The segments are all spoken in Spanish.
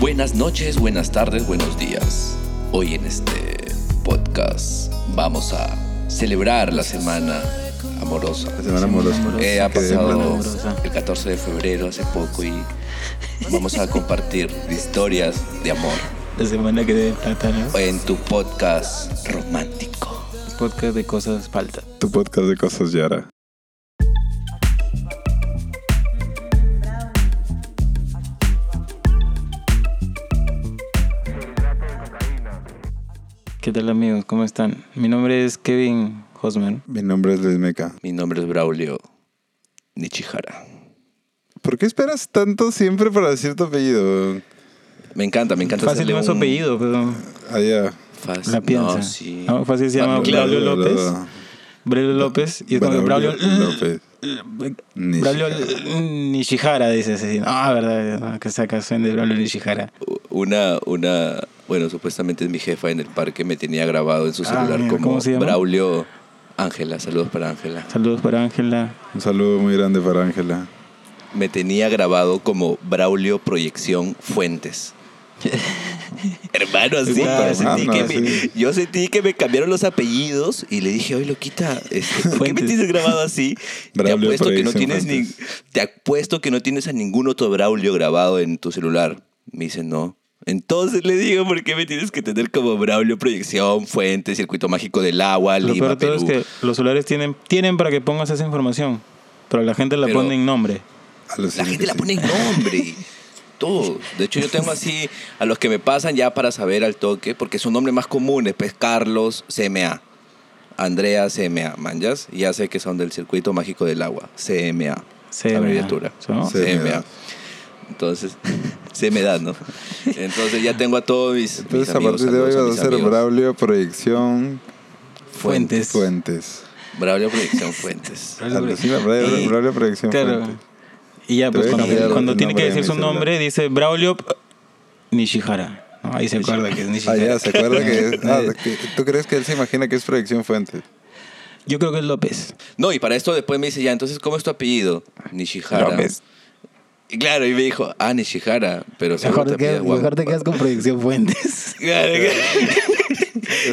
Buenas noches, buenas tardes, buenos días. Hoy en este podcast vamos a celebrar la semana amorosa. La semana amorosa. Eh, ha Que de plano- pasado amorosa. el 14 de febrero hace poco y vamos a compartir historias de amor La semana que dé plata, ¿no? en tu podcast romántico. Podcast de cosas faltas. Tu podcast de cosas Yara. ¿Qué tal amigos? ¿Cómo están? Mi nombre es Kevin Hosmer. Mi nombre es Luis Meca. Mi nombre es Braulio Nichihara. ¿Por qué esperas tanto siempre para decir tu apellido? Me encanta, me encanta. Fácil hacerle no es su un- apellido, pero Allá. Fácil. la piensa. No, sí. No, fácil se llama Ah, Braulio López. Braulio López. Y es como que Braulio López. Braulio Nishihara. Nishihara, dice así. Ah, verdad, no, que saca suena de Braulio Nishihara. Una, una, bueno, supuestamente es mi jefa en el parque, me tenía grabado en su Ah, celular mira, como ¿cómo se llama? Braulio Ángela, saludos para Ángela. Saludos para Ángela. Un saludo muy grande para Ángela. Me tenía grabado como Braulio Proyección Fuentes. Hermano, así, Puta, pero sentí hermano, que así. me- yo sentí que me cambiaron los apellidos y le dije, oye, loquita, este, ¿por qué me Fuentes. tienes grabado así? Te Braulio apuesto, que no Proyección tienes ni- Fuentes. te apuesto que no tienes a ningún otro Braulio grabado en tu celular. Me dice, no. Entonces le digo, ¿por qué me tienes que tener como Braulio Proyección Fuentes, Circuito Mágico del Agua, Lo peor Lima, de todo Perú? es que los celulares tienen, tienen para que pongas esa información, pero la gente la Pero- pone en nombre. La gente la pone en nombre. Todo. De hecho, yo tengo así a los que me pasan ya para saber al toque, porque son nombres más comunes. Pues Carlos CMA, Andrea CMA, manjas. Y ya sé que son del circuito mágico del agua, CMA. CMA, Abreviatura. ¿no? CMA. Entonces, se me da, ¿no? Entonces ya tengo a todos mis. Entonces mis a amigos, partir de hoy vas saludos a mis ser amigos. Braulio Proyección Fuentes. Fuentes. Braulio Proyección Fuentes. Braulio Alucina, Braulio, Y- Braulio Proyección Claro. Fuentes. Y ya, Te pues voy a cambiar cuando, cuando el tiene que nombre de decir mi su celular. nombre, dice Braulio eh, Nishihara. No, ahí se acuerda que es Ah, Nishihara. Eh, ya, se acuerda que, es- ah, que- ¿Tú crees que él se imagina que es Proyección Fuentes? Yo creo que es López. No, y para esto después me dice, ya, entonces, ¿cómo es tu apellido? Nishihara. López. Y claro, y me dijo, ah, Nishihara, pero seguro Mejor te, te quedas, apellidas Wang". mejor te quedas con Proyección Fuentes. Claro,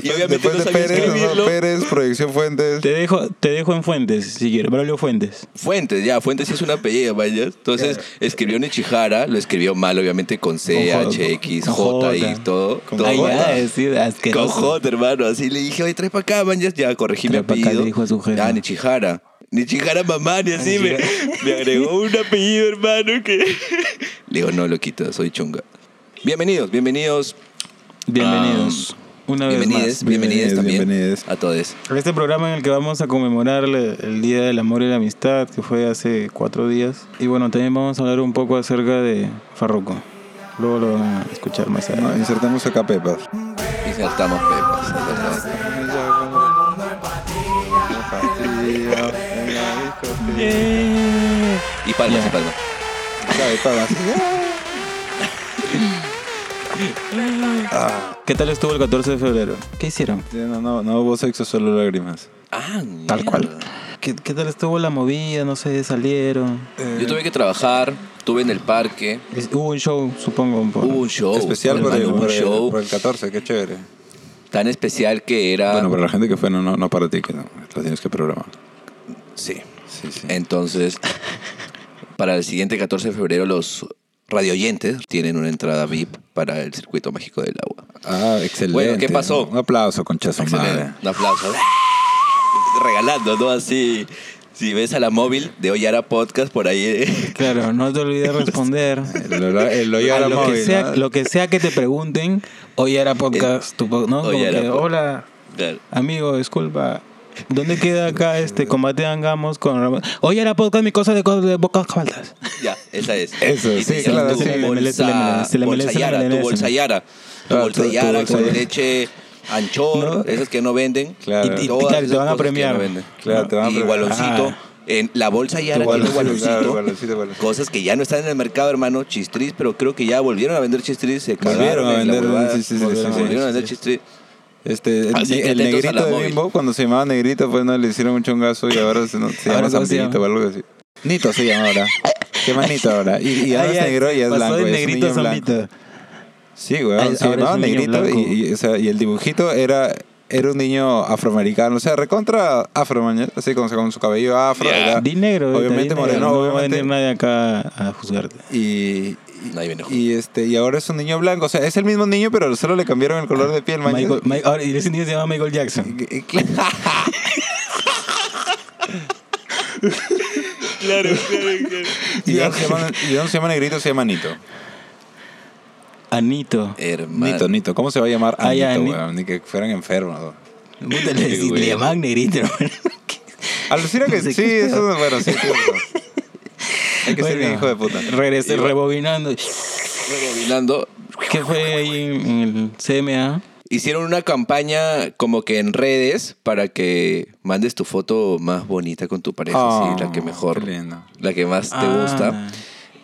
y obviamente Después no de sabía Pérez, escribirlo. ¿no? Pérez, Proyección Fuentes. te, dejo, te dejo en Fuentes, si quieres. Braulio Fuentes. Fuentes, ya, Fuentes es un apellido, vaya. Entonces escribió Nichihara, lo escribió mal, obviamente con C, Con J, H, X, con J, y J. Ah, todo. Con todo Ay, J. ya, sí, Con J, hermano. Así le dije, oye, trae para acá, man. Ya, ya corregí mi Trae pa' acá, apellido. le dijo a su jefe. Ah, Nichihara. Nichihara Mamani, así me, me agregó un apellido, hermano, que... Le digo, no, loquito, soy chunga. Bienvenidos, bienvenidos. Bienvenidos. Una vez Bienvenides, bienvenidas más. Bienvenides, también. bienvenides. A todos. A Este programa en el que vamos a conmemorar el, el Día del Amor y la Amistad, que fue hace cuatro días. Y bueno, también vamos a hablar un poco acerca de Farruko. Luego lo van a escuchar más adelante. No, insertamos acá pepas. Y saltamos pepas, es verdad. Y palmas, y palmas. Cabe, pagas. Ah, ¿Qué tal estuvo el 14 de febrero? ¿Qué hicieron? ya no, no, no hubo sexo, solo lágrimas. Ah, Tal mierda. cual. ¿Qué, qué tal estuvo la movida? No sé, salieron. Eh. Yo tuve que trabajar, estuve en el parque, Es- Hubo un show, supongo. por- hubo un show. Especial por el, Oh, hermano, por un el- show por el 14, qué chévere. tan especial que era. Bueno, para la gente que fue, no, no, no para ti, que no, lo tienes que programar. sí. Sí, sí. Entonces, para el siguiente 14 de febrero, los radioyentes tienen una entrada VIP para el circuito mágico del agua. Ah, excelente. Bueno, ¿qué pasó? Un aplauso, conchazo madre. Excelente. Un aplauso. Regalando, ¿no? Así. Si ves a la móvil de Oyara Podcast por ahí. eh. Claro, no te olvides responder. El, olor- el hoyo A era lo, que móvil, sea, ¿no? Eh, lo que sea que te pregunten, hoy era podcast, tu po- ¿no? Como Hoy era que, po- hola, Claro. amigo, disculpa. ¿Dónde queda acá este combate de Angamos con Ramón? Hoy era podcast, mi cosa de cosas de bocas faltas. Ya, esa es. Eso, Y te sí, hicieron claro, tu sí. Se le bolsa, merece, se le merece, bolsa se le Yara, tu merece. bolsa Yara. Tu Ah, tu- bolsa tu Yara bolsa con Yara. leche anchor, No. esas que no venden. Claro. Y- y- Todas claro, te esas van a cosas que premiar. no venden. Claro, te van a Y premiar. baloncito. Ah. En la bolsa Yara tiene baloncito, claro, baloncito. baloncito, baloncito. Cosas que ya no están en el mercado, hermano. Chistris, pero creo que ya volvieron a vender chistris. Se cagaron Volvieron a en la vender, huevada. sí, sí, sí, Volvieron sí, sí, volvieron a sí, vender sí. chistris. Este, el, Así que el atentos a la negrito de móvil. Bimbo, cuando se llamaba negrito, pues no le hicieron un chongazo y ahora se, no, se Ahora llama cómo se Zambito o algo así. Nito se llama ahora. ¿Qué más Nito ahora? Y, y ahora Ah, es ya, negro y es pasó blanco. de es un negrito niño a blanco. zambito. Sí, weón. Ahora Se es llamaba un niño Negrito blanco. y, y, o sea, y el dibujito era, era un niño afroamericano. O sea, recontra afro, maña- así con, con su cabello afro. era- Di negro, vete, Obviamente di negro, moreno, no va a obviamente. venir nadie acá a juzgarte. Y, Nadie viene a jugar. y, este, y ahora es un niño blanco. O sea, es el mismo niño, pero solo le cambiaron el color de piel, ¿eh? maña. Michael, Mi- ahora, y ese niño se llama Michael Jackson. Y- y- claro. Claro, claro, claro. Y ya no se llama- y ya no se llama Negrito, se llama Nito. Anito. Hermano. Nito, Nito. ¿Cómo se va a llamar a Ah, Ay, Nito, Ani- weón? Ni que fueran enfermos. weón. Puta, le, Sí, güey. le llamaban negrito, hermano. Alucina que No sé sí, qué eso es bueno, sí. tiene razón. Hay que ser Bueno, bien hijo de puta. Regresé rebobinando. Rebobinando, ¿Qué fue ahí en, en el CMA? Hicieron una campaña como que en redes para que mandes tu foto más bonita con tu pareja, Oh, sí, la que mejor, qué lindo. la que más te Ah. gusta.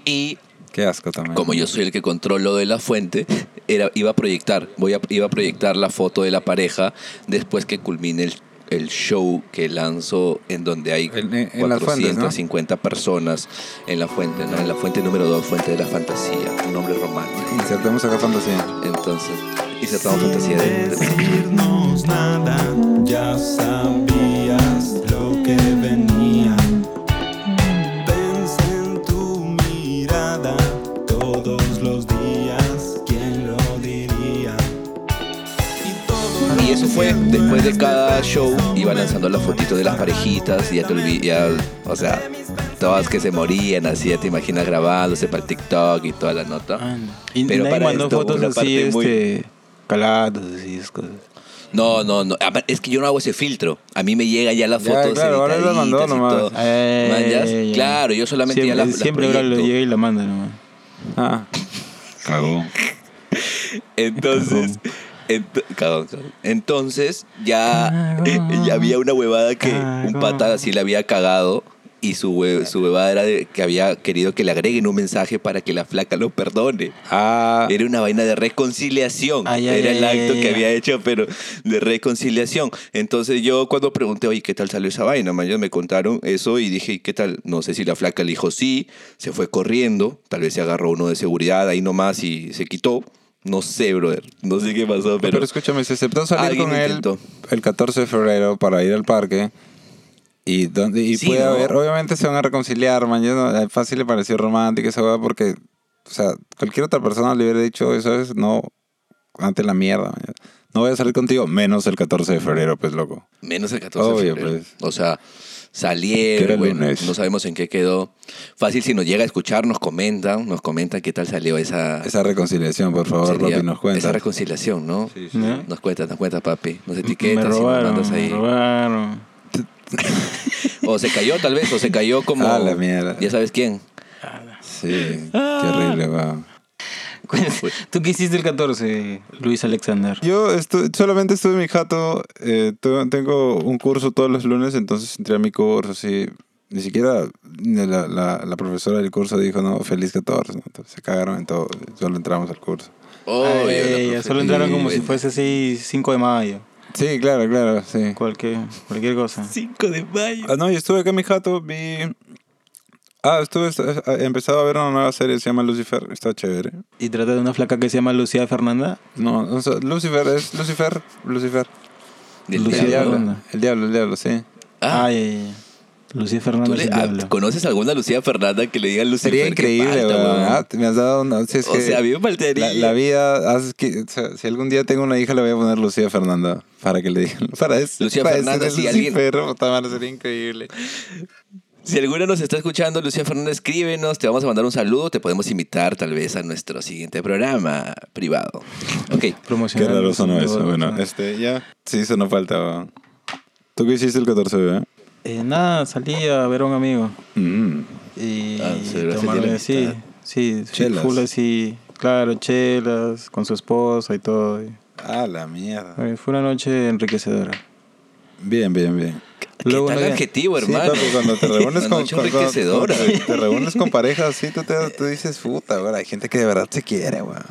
Y Qué asco también. como yo soy el que controlo de la fuente, era, iba a proyectar, voy a, iba a proyectar la foto de la pareja después que culmine el, el show que lanzo en donde hay En- en- en las fuentes, ¿no? 450 personas en la fuente, ¿no? En la fuente número 2, fuente de la fantasía, un nombre romántico. Insertemos acá fantasía. Entonces, y se toma fantasía de- de decirnos nada, ya sabías lo que venía. Pensé en tu mirada todos los días, ¿quién lo diría? Y todo lo Y eso fue, después de cada show iba lanzando las fotitos de las parejitas y ya te olvi- ya, o sea, todas que se morían, así ya te imaginas grabándose para el TikTok y toda la nota. Ah, y Pero pero nadie para mandó esto, fotos una así, parte este, muy- caladas, así, esas cosas. No, no, no, Apa- es que yo no hago ese filtro, a mí me llega ya las Ya, fotos claro, ahora la mandó editaditas y nomás. todo. Eh, Manjas, ya. Claro, yo solamente siempre, ya las, las Siempre ahora lo proyecto. llega y la manda nomás. Ah. Cagó. Entonces, ento- cagón, cagón. entonces ya, eh, Cagón. ya había una huevada que un Cagón. pata así le había cagado y su, hue- su huevada era de- que había querido que le agreguen un mensaje para que la flaca lo perdone. Ah. Era una vaina de reconciliación. Ay, ay, era el ay, acto ay, que ay. había hecho, pero de reconciliación. Entonces yo cuando pregunté, oye, ¿qué tal salió esa vaina? Man, ellos me contaron eso y dije, "¿Y ¿qué tal? No sé si la flaca le dijo sí, se fue corriendo, tal vez se agarró uno de seguridad ahí nomás y se quitó. No sé, brother. No sé qué pasó, Pero, pero... escúchame, se aceptó salir Alguien con él intentó. el 14 de febrero para ir al parque. Y, donde, y Sí, puede ¿no? haber, obviamente se van a reconciliar, man. Yo no- eh, fácil le pareció romántica esa hueá porque, o sea, cualquier otra persona le hubiera dicho, eso es, no, ante la mierda, man. No voy a salir contigo, menos el 14 de febrero, pues loco. Menos el 14 de Obvio, febrero. pues. O sea, Que salieron, era bueno, lunes. no sabemos en qué quedó. Fácil, si nos llega a escuchar, nos comentan, nos comentan qué tal salió esa... Esa reconciliación, por favor, Ah. sería- Papi, nos cuenta. Esa reconciliación, ¿no? ¿no? Nos cuentas, nos cuentas, papi. Nos ¿Eh? Me etiquetas y nos robaron, mandas me ahí. robaron. O se cayó, tal vez, o se cayó como. Ah, la mierda. Ya sabes quién. Sí, qué horrible, weón. ¿Tú qué hiciste el 14, Luis Alexander? Yo estu- solamente estuve en mi jato. eh, tu- tengo un curso todos los lunes, entonces entré a mi curso. Sí. Ni siquiera ni la, la- la profesora del curso dijo, no, feliz 14. ¿no? Entonces, se cagaron en todo. Solo entramos al curso. Obvio, Ay, la ay, profe- solo entraron Sí, como si bueno. fuese así 5 de mayo. Sí, claro, claro, sí. Cualquier, cualquier cosa. 5 de mayo. Ah, no, yo estuve acá en mi jato, vi... Ah, estuve, he empezado a ver una nueva serie, se llama Lucifer, está chévere. Y trata de una flaca que se llama Lucía Fernanda. No, o sea, Lucifer es Lucifer, Lucifer. Del Lucía El diablo. diablo, Fernanda. el diablo, el diablo, sí. Ah, Ay, ay, ay. Lucía ¿tú Fernanda. le- es el ah, diablo. ¿Conoces alguna Lucía Fernanda que le diga Lucifer? Sería Qué increíble, falta, weón. weón. Ah, Me has dado una... si es O que- sea, a mí me faltaría. La, la vida, haz que- o sea, si algún día tengo una hija, le voy a poner Lucía Fernanda para que le digan. Para eso. Lucía para Fernanda, eso, sí, alguien- Lucifer, puta madre, sería increíble. Si alguna nos está escuchando, Lucía Fernanda, escríbenos, te vamos a mandar un saludo, te podemos invitar tal vez a nuestro siguiente programa privado. Ok. Qué Promocional. raro sonó eso. Todo, Bueno, todo. este, ya. Sí, eso no falta. weón. ¿Tú qué hiciste el 14 de eh? Eh, nada, salí a ver a un amigo. Mm. Y Ah, se lo hace tomaron de la sí, mitad. sí, sí, Chelas. full así, claro, chelas, con su esposa y todo. y- Ah, la mierda. eh, fue una noche enriquecedora. Bien, bien, bien. ¿Qué Luego tal una- adjetivo, Sí, hermano? papi, cuando te reúnes Una con, noche con- con- enriquecedora. con- te reúnes con parejas, sí, tú, te, tú dices, puta, weón, hay gente que de verdad se quiere, weón.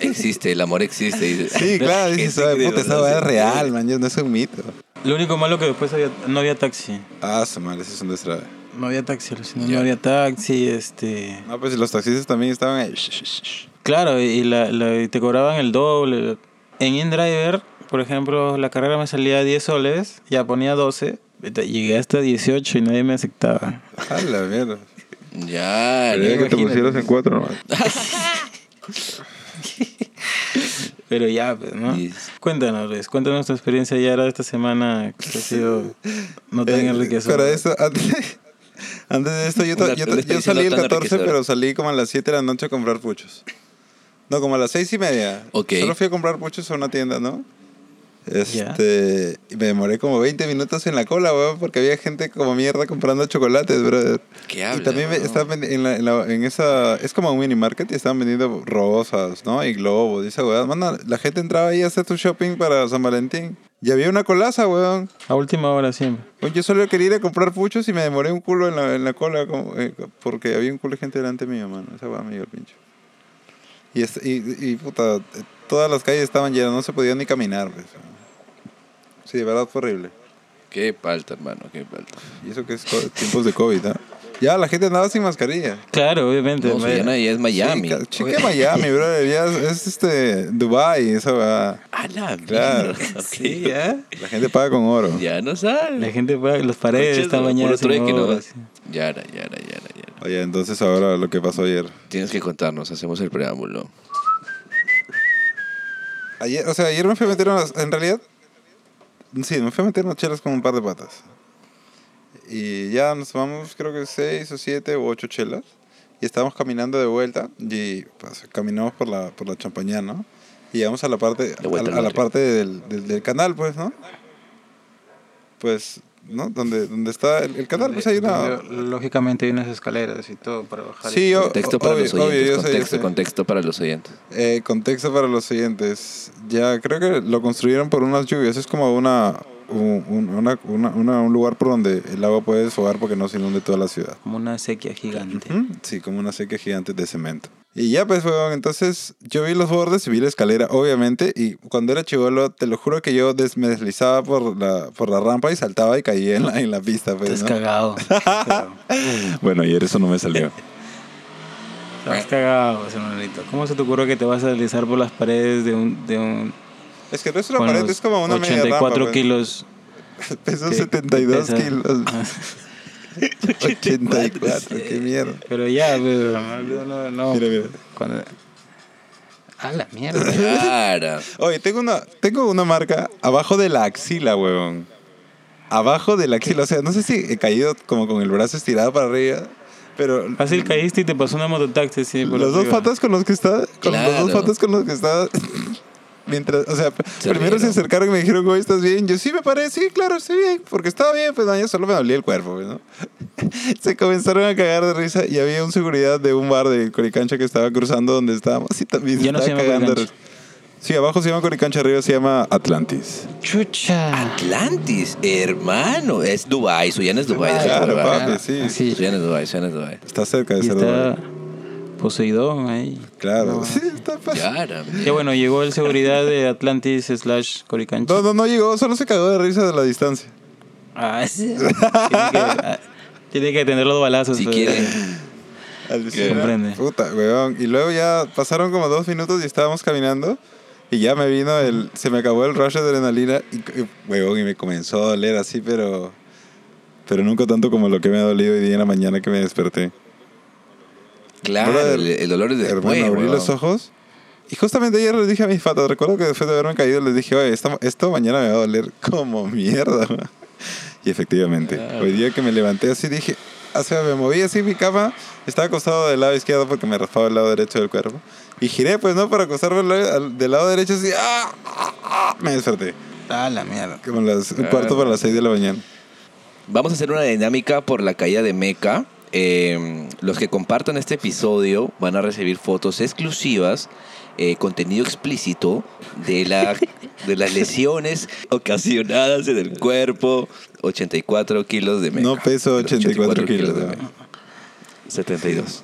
Existe, el amor existe. dice. Sí, claro, Que dices, sí, que "Ay, de puta, esa verdad weá es sí". real, man, yo- no es un mito. Lo único malo que después había- no había taxi. Ah, su madre, ese es un destrave. No había taxi, alucina, Ya. no había taxi, este... No, pues los taxistas también estaban ahí. "Shh, shh, shh". Claro, y la, la- y te cobraban el doble. En InDriver, por ejemplo, la carrera me salía 10 soles, ya ponía 12, te- llegué hasta 18 y nadie me aceptaba. A la mierda. Ya, Quería que te imagínate. pusieras en cuatro nomás. Pero ya, pues, ¿no? Yes. Cuéntanos, Luis, cuéntanos tu experiencia ya de esta semana que ha sido no tan Eh, enriquecedora. Para esto, antes, antes de esto, yo, ta- Una- yo, una ta- yo experiencia salí no el tan 14, enriquecedora. pero salí como a las 7 de la noche a comprar puchos. No, como a las 6 y media. Ok. Solo fui a comprar puchos a una tienda, ¿no? Este, y me demoré como 20 minutos en la cola, weón, porque había gente como mierda comprando chocolates, brother. ¿Qué Y habla, también me- no? estaban vendi- en, la- en la- en esa. Es como un mini market y estaban vendiendo rosas, ¿no? Y globos, y esa weón. Mano, la gente entraba ahí a hacer tu shopping para San Valentín. Y había una colaza, weón. A última hora siempre. Pues Yo solo quería ir a comprar puchos y me demoré un culo en la, en la cola como, eh, porque había un culo de gente delante mío, mano. Esa weá me dio el pincho. Y, es- y, y, puta, eh, todas las calles estaban llenas, no se podía ni caminar. pues. Sí, de verdad fue horrible. Qué palta, hermano, qué palta. Y eso que es co- tiempos de COVID, ¿ah? Ya, la gente andaba sin mascarilla. Claro, obviamente. No, me- Suyana ya es Miami. Chica, chica Miami, bro. Ya es, es, este, Dubai, esa weá. A la Claro. mierda. Sí, ok. ya. La gente paga con oro. Ya no sale. La gente, va- las paredes están bañadas en oro, sí. Yara, yara, yara, yara. Oye, entonces ahora lo que pasó ayer. Tienes que contarnos, hacemos el preámbulo. Ayer, o sea, ayer me fui a meter unas, en realidad, sí, me fui a meter unas chelas con un par de patas. Y ya nos tomamos creo que seis o siete u ocho chelas. Y estábamos caminando de vuelta y pues, caminamos por la, por la champañá, ¿no? Y llegamos a la parte, De vuelta a, al a la barrio. parte del, del- del canal, pues, ¿no? Pues, ¿no? Donde, donde está el, el canal, pues hay una... Lógicamente hay unas escaleras y todo para bajar. Sí, yo- Contexto para obvio, los obvio, oyentes. yo sé, yo contexto, sé. contexto para los oyentes. Eh, contexto para los siguientes. Ya creo que lo construyeron por unas lluvias. Es como una, un, un- una- una- una- un lugar por donde el agua puede desfogar porque no se inunde toda la ciudad. Como una sequía gigante. ¿Mm? Sí, como una seca gigante de cemento. Y ya pues, weón, entonces yo vi los bordes y vi la escalera, obviamente, y cuando era chivolo, te lo juro que yo des- me deslizaba por la, por la rampa y saltaba y caía en la, en la pista. Te Pues, has ¿no? cagado. Bueno, ayer eso no me salió. Te has cagado, señorito. ¿Cómo se te ocurre que te vas a deslizar por las paredes de un... De un es que no es una con pared, los es como una media 84 rampa. pues. kilos. Pesó que- que 72 pesa. kilos. 84, qué mierda. Pero ya, pero... No, no, no. Mira, mira. Cuando- A la mierda. Yara. Oye, tengo una, tengo una marca abajo de la axila, huevón. Abajo de la axila. O sea, no sé si he caído como con el brazo estirado para arriba, pero Fácil caíste y te pasó una mototaxi. Sí, por los dos arriba. patas con los que estaba. Con los dos Claro. patas con los que estaba. Mientras, o sea, Se primero se rieron. acercaron y me dijeron, güey, ¿estás bien? Yo sí me paré, sí, claro, estoy bien, porque estaba bien, pues no, yo solo me dolía el cuerpo, pues, ¿no? se comenzaron a cagar de risa y había un seguridad de un bar de Coricancha que estaba cruzando donde estábamos y también Ya no se estaba llama cagando de Coricancha. risa. Sí, abajo se llama Coricancha, arriba se llama Atlantis. Chucha. Atlantis, hermano. Es Dubai, Suyana es Dubai. deja de Claro, huevar. papi, sí. Así. Suyana es Dubai, Suyana es Dubai. Está cerca de Y ser está Dubai. Poseidón ahí. Claro. Sí, está fácil. Yara. Ya bueno, llegó el seguridad de Atlantis slash Coricancha. No, no, no llegó, solo se cagó de risa de la distancia. Ah, sí. tiene, que, ah, tiene que tener los balazos. Si pero- quieren. Alucina. Comprende. Puta, weón. Y luego ya pasaron como dos minutos y estábamos caminando. Y ya me vino el. Se me acabó el rush de adrenalina. Y, y, weón, y me comenzó a doler así, pero. Pero nunca tanto como lo que me ha dolido hoy día en la mañana que me desperté. Claro, Brother, el, el dolor es Hermano, después. abrí weón. los ojos. Y justamente ayer les dije a mis patas, recuerdo que después de haberme caído les dije, oye, esto, esto mañana me va a doler como mierda. man". Y efectivamente, hoy día que me levanté así dije, o sea, me moví así en mi cama, estaba acostado del lado izquierdo porque me raspaba el lado derecho del cuerpo. Y giré, pues, ¿no? Para acostarme al- al- del lado derecho así, ¡ah! ah, ah", Me desperté, Ah, la mierda. como las un cuarto para las 6 de la mañana. Vamos a hacer una dinámica por la caída de Meca. Eh, los que compartan este episodio van a recibir fotos exclusivas, eh, contenido explícito de, la, de las lesiones ocasionadas en el cuerpo. 84 kilos de Meca. No peso 84 kilos, de ¿no? Meca. 72.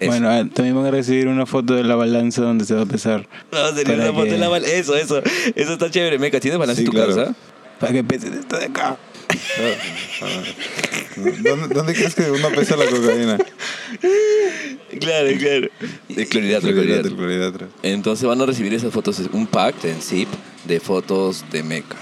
Eso. Bueno, ah, también van a recibir una foto de la balanza donde se va a pesar. Vamos a tener para una foto que- en la bal- Eso, eso. Eso está chévere, Meca. ¿Tienes balance Sí, en tu claro. casa? Para que pese esto de acá. ¿Dónde, ¿Dónde crees que uno pesa la cocaína? Claro, claro. De clorhidrato, de Clorhidrato, clorhidrato. el clorhidrato. Entonces van a recibir esas fotos, un pack en zip de fotos de Meca.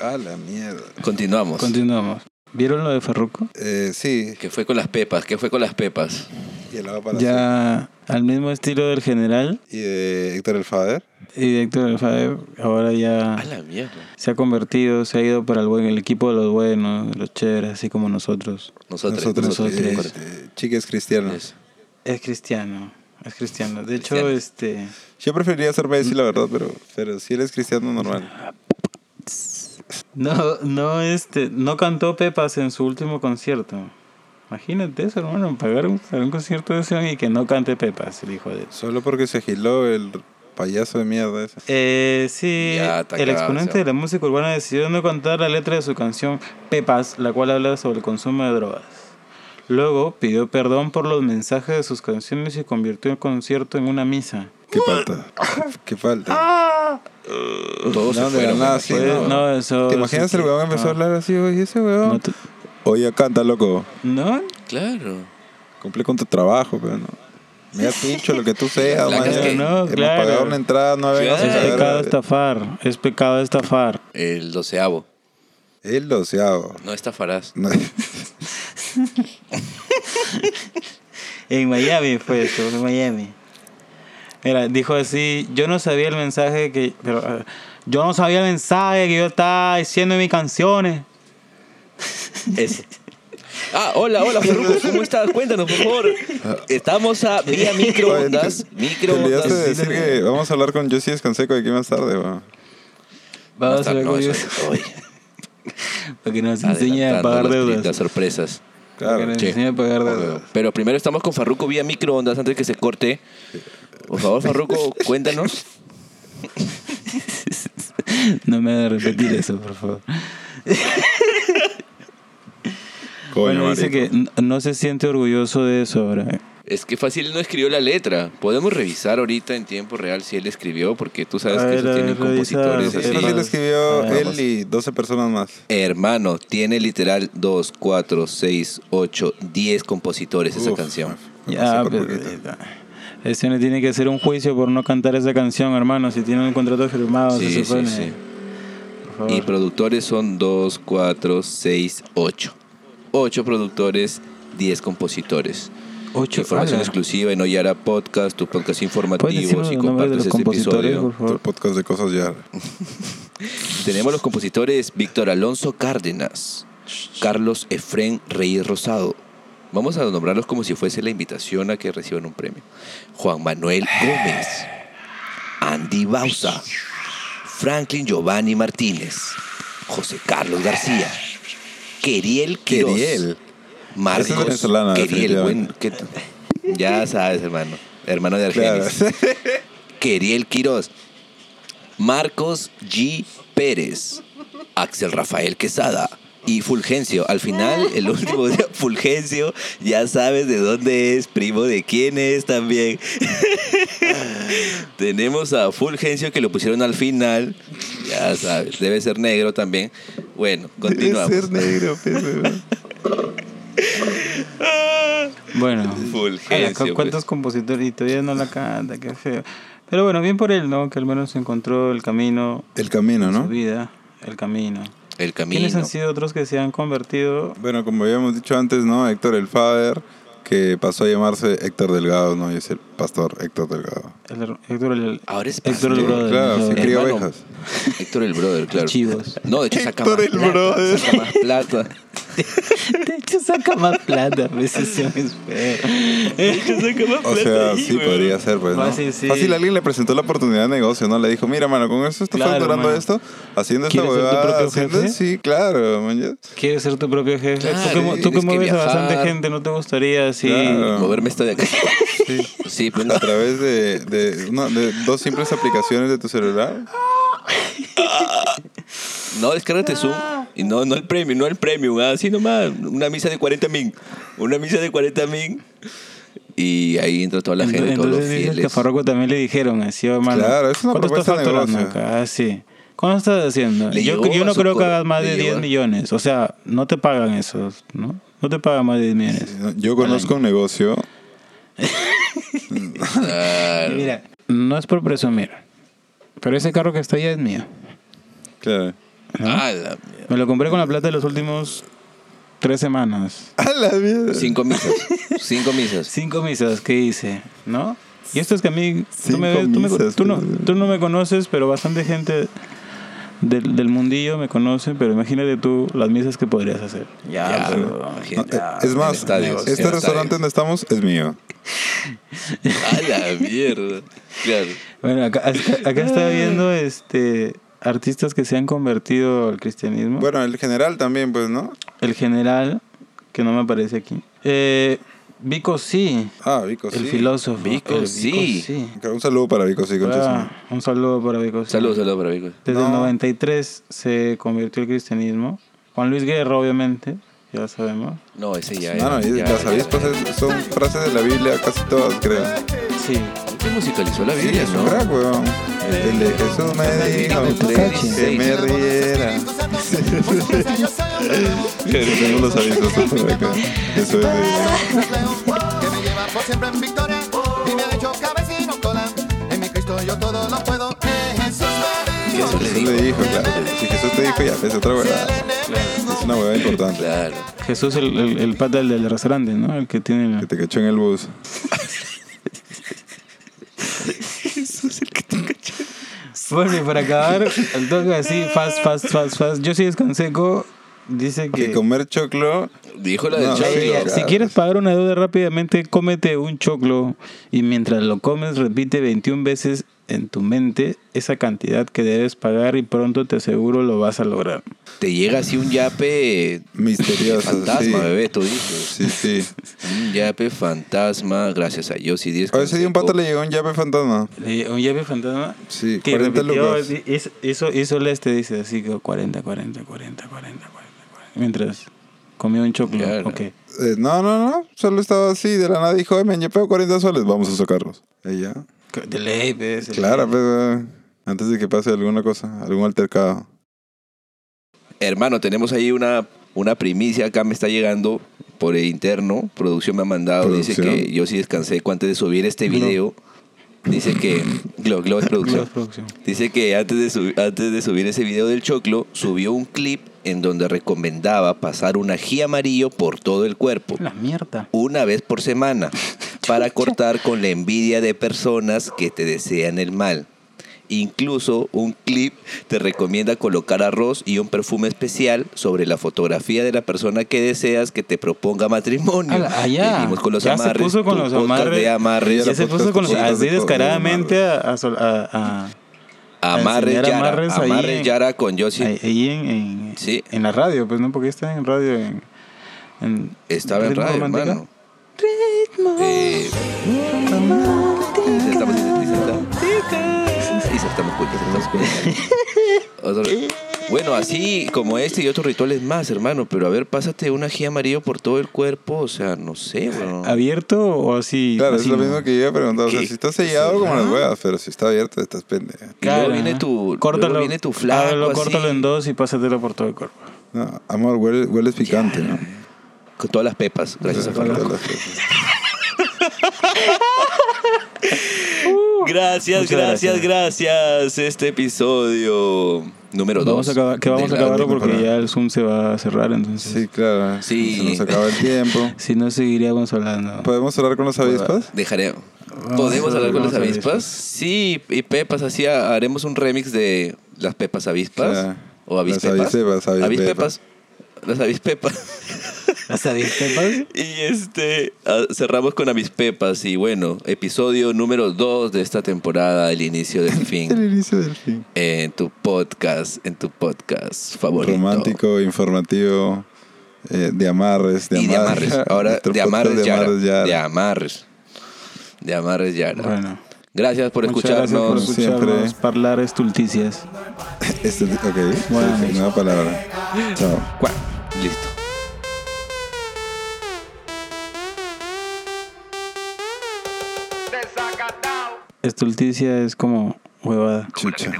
A la mierda. Continuamos. Continuamos. ¿Vieron lo de Farruko? Eh, sí, ¿Qué fue con las pepas? ¿Qué fue con las pepas? y el agua para hacer. Ya al mismo estilo del general Y de Héctor el Fader. y de Héctor Alfaev, E, ahora A ya la mierda. se ha convertido, se ha ido para el, buen, el equipo de los buenos, de los chéveres, así como nosotros. Nosotros. Nosotros, eh, nosotros. eh, chiques cristianos. Eso. Es cristiano, es cristiano. De hecho, Cristiano. este... Yo preferiría ser Messi, Mm. la verdad, pero, pero si eres cristiano, normal. No, no, este, no cantó Pepas en su último concierto. Imagínate eso, hermano, pagar un, para un concierto de ese y que no cante Pepas, el hijo de... Solo porque se agiló el payaso de mierda ese. Eh, sí, Ya, está el cagado, exponente se de va. la música urbana decidió no contar la letra de su canción Pepas, la cual habla sobre el consumo de drogas. Luego pidió perdón por los mensajes de sus canciones y convirtió el concierto en una misa. ¿Qué falta? ¿Qué Ah. falta? Todos No, se de fueron. nada, me sí, imagino. no. Pues, No, eso- ¿Te imaginas sí el que- weón empezó a no. hablar así, oye, ese weón? Ah. No te- Oye, canta, loco. ¿No? Claro. Cumple con tu trabajo, pero no. Mira, pincho, lo que tú seas, La man. cosa es que- No, Hemos claro. pagado una entrada, no vengas a Claro. Es ver, pecado cagar. estafar, es pecado estafar. El doceavo. El doceavo. No estafarás. No. En Miami fue esto, en Miami. Mira, dijo así, yo no sabía el mensaje que... Pero, eh, yo no sabía el mensaje que yo estaba diciendo en mis canciones. Ese. Ah, hola, hola, Farruko, ¿cómo estás? Cuéntanos, por favor. Estamos a vía microondas. Te olvidaste de Microondas. decir este que vamos a hablar con Josie Escanseco aquí más tarde, weón. Vamos a ver No, con eso Dios. es hoy. Para que nos enseñe a Adelantando pagar las deudas. tiritas, sorpresas. Para que Claro. nos Sí. enseñe a pagar Ah. deudas. Pero primero estamos con Farruco vía microondas antes que se corte. Por favor, Farruco, cuéntanos. No me hagas repetir eso, por favor. Coño, bueno, dice marico. que n- no se siente orgulloso de eso ahora. Es que fácil no escribió la letra. Podemos revisar ahorita en tiempo real si él escribió, porque tú sabes A que ver, eso a tienen ver, revisa, compositores. revisa. así. Eso sí lo escribió Ah, Vamos. él y 12 personas más. Hermano, tiene literal 2, 4, 6, 8, 10 compositores esa Uf, canción. me Ya, pasé pues, por pero... eh, poquito. Ese no tiene que hacer un juicio por no cantar esa canción, hermano. Si tiene un contrato firmado, Sí, se supone. Oh. sí, sí. Por favor. Y productores son 2, 4, 6, 8. 8 productores, 10 compositores. Ocho, Información ala. exclusiva en Oyara Podcast, tus podcasts ¿Puedes decirme informativos y los nombres de compartes los este compositores, episodio. por Tu favor? podcast de cosas ya. Tenemos los compositores Víctor Alonso Cárdenas, Carlos Efrén Reyes Rosado. Vamos a nombrarlos como si fuese la invitación a que reciban un premio. Juan Manuel Gómez, Andy Bausa, Franklin Giovanni Martínez, José Carlos García, Queriel Quiroz, Queriel. Ese es Marcos venezolano, Queriel, buen- definitivamente. ¿qué t- ya sabes, hermano, hermano de Claro. Argenis. Queriel Quiroz, Marcos G. Pérez, Axel Rafael Quesada y Fulgencio. Al final, el último día, Fulgencio, ya sabes de dónde es, primo de quién es también. Tenemos a Fulgencio que lo pusieron al final. Ya sabes, debe ser negro también. Bueno, continuamos. Debe ser negro, pero. Bueno, Fulgencio, Ala, cu- ¿cuántos pues. compositores? Y todavía no la canta, qué feo. Pero bueno, bien por él, ¿no? Que al menos encontró el camino, El camino, su ¿no? vida, el camino. El ¿Quiénes camino. han sido otros que se han convertido? Bueno, como habíamos dicho antes, ¿no? Héctor el Fader, que pasó a llamarse Héctor Delgado, ¿no? Y es el pastor Héctor Delgado. El her- Héctor el... Ahora es Héctor el pastor. brother. claro, ¿no? se cría Hermano. ovejas. Héctor el brother, claro. Chivos. No, de hecho saca Héctor más el plata, brother. saca más plata. De hecho, saca más plata, a veces se me Eh, O sea, sí, podría ser, pues, ¿no? Fácil, sí. Fácil, alguien le presentó la oportunidad de negocio, ¿no? Le dijo, mira, mano, con eso estás Claro, facturando mano. esto, haciendo esta ¿Quieres ser tu huevada, propio haciendo... jefe? Sí, claro, man, ya. ¿Quieres ser tu propio jefe? Claro, tú como, tú tienes como que ves a bastante viajar. gente, ¿no te gustaría así? Claro. Moverme esto de acá. Sí. Sí, pues no. A través de, de una- de dos simples aplicaciones de tu celular. No, descárgate Zoom. Y no, no el premio, no el premium. Así nomás. Una misa de 40 mil. Una misa de 40 mil. Y ahí entra toda la Ento- gente, todos los Entonces dices que a fieles. Farroco también le dijeron así, oh, hermano. Claro, es una ¿Cuánto estás propuesta de facturando negocio. acá? Ah, sí. ¿Cuánto estás haciendo? Le Yo, llegó yo a no su creo que cor- hagas más le de llegó 10 a- millones. O sea, no te pagan esos, ¿no? No te pagan más de 10 millones. Yo conozco un negocio Claro. Mira, no es por presumir, pero ese carro que está ahí es mío. Claro. A Ah, la mierda. Me lo compré con la plata de los últimos tres semanas. A la mierda. Cinco misas. Cinco misas. Cinco misas que hice, ¿no? Y esto es que a mí, tú, me Cinco ves- tú me- misas, tú no, pues. tú no me conoces, pero bastante gente del, del mundillo me conoce, pero imagínate tú las misas que podrías hacer. Ya, pero- pero No, imagínate. eh, es más, en estadios, este en restaurante donde estamos es mío. A la mierda. Claro. Bueno, acá, acá- acá está viendo este, artistas que se han convertido al cristianismo. Bueno, el general también, pues, ¿no? El general, que no me aparece aquí. Eh, Vico sí, Ah, Vico, sí. el filósofo. Vico El sí. Un saludo para Vico, sí, con Ah, un saludo para Vico sí. Saludos, saludos para Vico. Desde el No. 93 se convirtió al cristianismo. Juan Luis Guerra, obviamente, ya sabemos. No, ese ya No, Ah, pues, no, era, y ya las era. avispas es- son frases de la Biblia, casi todas, creo. Sí. ¿Qué musicalizó la Sí, Biblia, es un no? crack, weón. El de Jesús me dijo que me riera. Sí, tenemos los avisos justo de acá. Eso es de... Que me lleva por siempre en victoria y me ha hecho cabecino cola. En mi Cristo yo todo lo puedo. En Jesús me Y dijo eso le Jesús dijo. le dijo, claro. Si Jesús te dijo, ya, es otra huevada. Es una huevada importante. Claro. Jesús, el, el, el pata del, del restaurante, ¿no? El que tiene... Que la- te cachó en el bus. Bueno, y para acabar, el toque así, fast, fast, fast, fast. Yo sí descansé, co. Dice Que que... comer choclo... Dijo la del No, Choclo. sí, Si quieres pagar una deuda rápidamente, cómete un choclo y mientras lo comes repite 21 veces en tu mente esa cantidad que debes pagar y pronto te aseguro lo vas a lograr. Te llega así un yape Misterioso, fantasma, sí. bebé, tú dices. Sí, sí. Un yape fantasma, gracias a Dios y 10. A ese día un pato le llegó un llave fantasma. Le- Un llave fantasma Sí, que 40 repitió, lucas. y- hizo, hizo, hizo el este, dice así que 40, 40, 40, 40, 40, 40, mientras comió un choclo. Claro. Ok. Eh, no, no, no. Solo estaba así. De la nada dijo, "Ay, me han llevado 40 soles. Vamos a sacarlos. Ella. De ley, pues, de Claro, ley. pues, eh, antes de que pase alguna cosa, algún altercado. Hermano, tenemos ahí una, una primicia acá, me está llegando por el interno. Producción me ha mandado, dice Producción. que yo sí descansé antes de subir este Glo. video. Dice que. Glo, Glo es producción. Dios, producción. Dice que antes de, subi- antes de subir ese video del choclo, subió un clip en donde recomendaba pasar un ají amarillo por todo el cuerpo, La mierda. una vez por semana, para cortar con la envidia de personas que te desean el mal. Incluso un clip te recomienda colocar arroz y un perfume especial sobre la fotografía de la persona que deseas que te proponga matrimonio. Ah, ya. Vivimos con los ya amarres. se puso con tu los podcast amarres. de amarres. Ya se puso con los podcast así de todo, descaradamente a, a sol- a- a- Amarres enseñar Yara. Amarres, amarres ahí en- Yara con Yossi. ahí- ahí en, en, Sí. en la radio, pues no, porque está en radio en, en Estaba en Ritmo radio, Romántica. hermano. Eh, insertamos, insertamos. Insertamos cueca, insertamos cueca. Otro- Bueno, así como este y otros rituales más, hermano. Pero a ver, pásate un ají amarillo por todo el cuerpo. O sea, no sé, weón. ¿Abierto o así? Claro, así es lo pues no? mismo que yo he preguntado. O sea, ¿Qué? si está sellado como las huevas, pero si está abierto, estás pendeja. Y luego Claro, viene ¿no? tu, luego viene tu flaco. Ábrelo, así, córtalo en dos y pásatelo por todo el cuerpo. No, amor, huele- hueles picante, ¿no? Con todas las pepas. Gracias a Fernando. Todas las cosas. Gracias, Muchas gracias, gracias. gracias. Este episodio número 2. Vamos a acabar, que vamos a acabarlo porque ya el Zoom se va a cerrar, entonces. Sí, claro. Sí. Se nos acaba el tiempo. Si no, seguiríamos hablando. ¿Podemos hablar con los avispas? Dejaré. Ah, Vamos ¿Podemos a- hablar con vamos las a ver avispas? esto. Sí, y Pepas, así ha- haremos un remix de las Pepas avispas. Claro. O avispepas. Las avispepas, avispepas. Avispepas. Las avispepas. ¿Hasta bien? Y este, ah, cerramos con avispepas. Y bueno, episodio número 2 de esta temporada, el inicio del El fin. inicio del fin. en tu podcast, en tu podcast favorito. Romántico, informativo, eh, de amarres, de y de amarres. amarres. Ahora, Nuestro de podcast amarres, de Yara. amarres ya. De amarres. De amarres, Yara. Bueno. Gracias por Muchas gracias por escucharnos. escucharnos siempre. Parlar estulticias. Este, ok, Buenas sí, noches. nueva palabra. Chao. Cuac. Listo. Estulticia es como huevada. Chucha.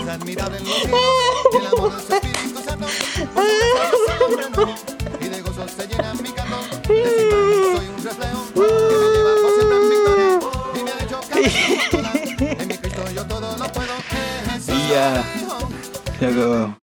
Es admirable en lo que es. El amor de su espíritu se canto. Por su gozo siempre ando, Y de gozo se llena mi canto. De simbolismo soy un reflejo. Que me lleva por siempre en victoria. Y me ha hecho cabezón. En mi Cristo yo todo lo puedo. Jesús Ya. mi hijo. Loco.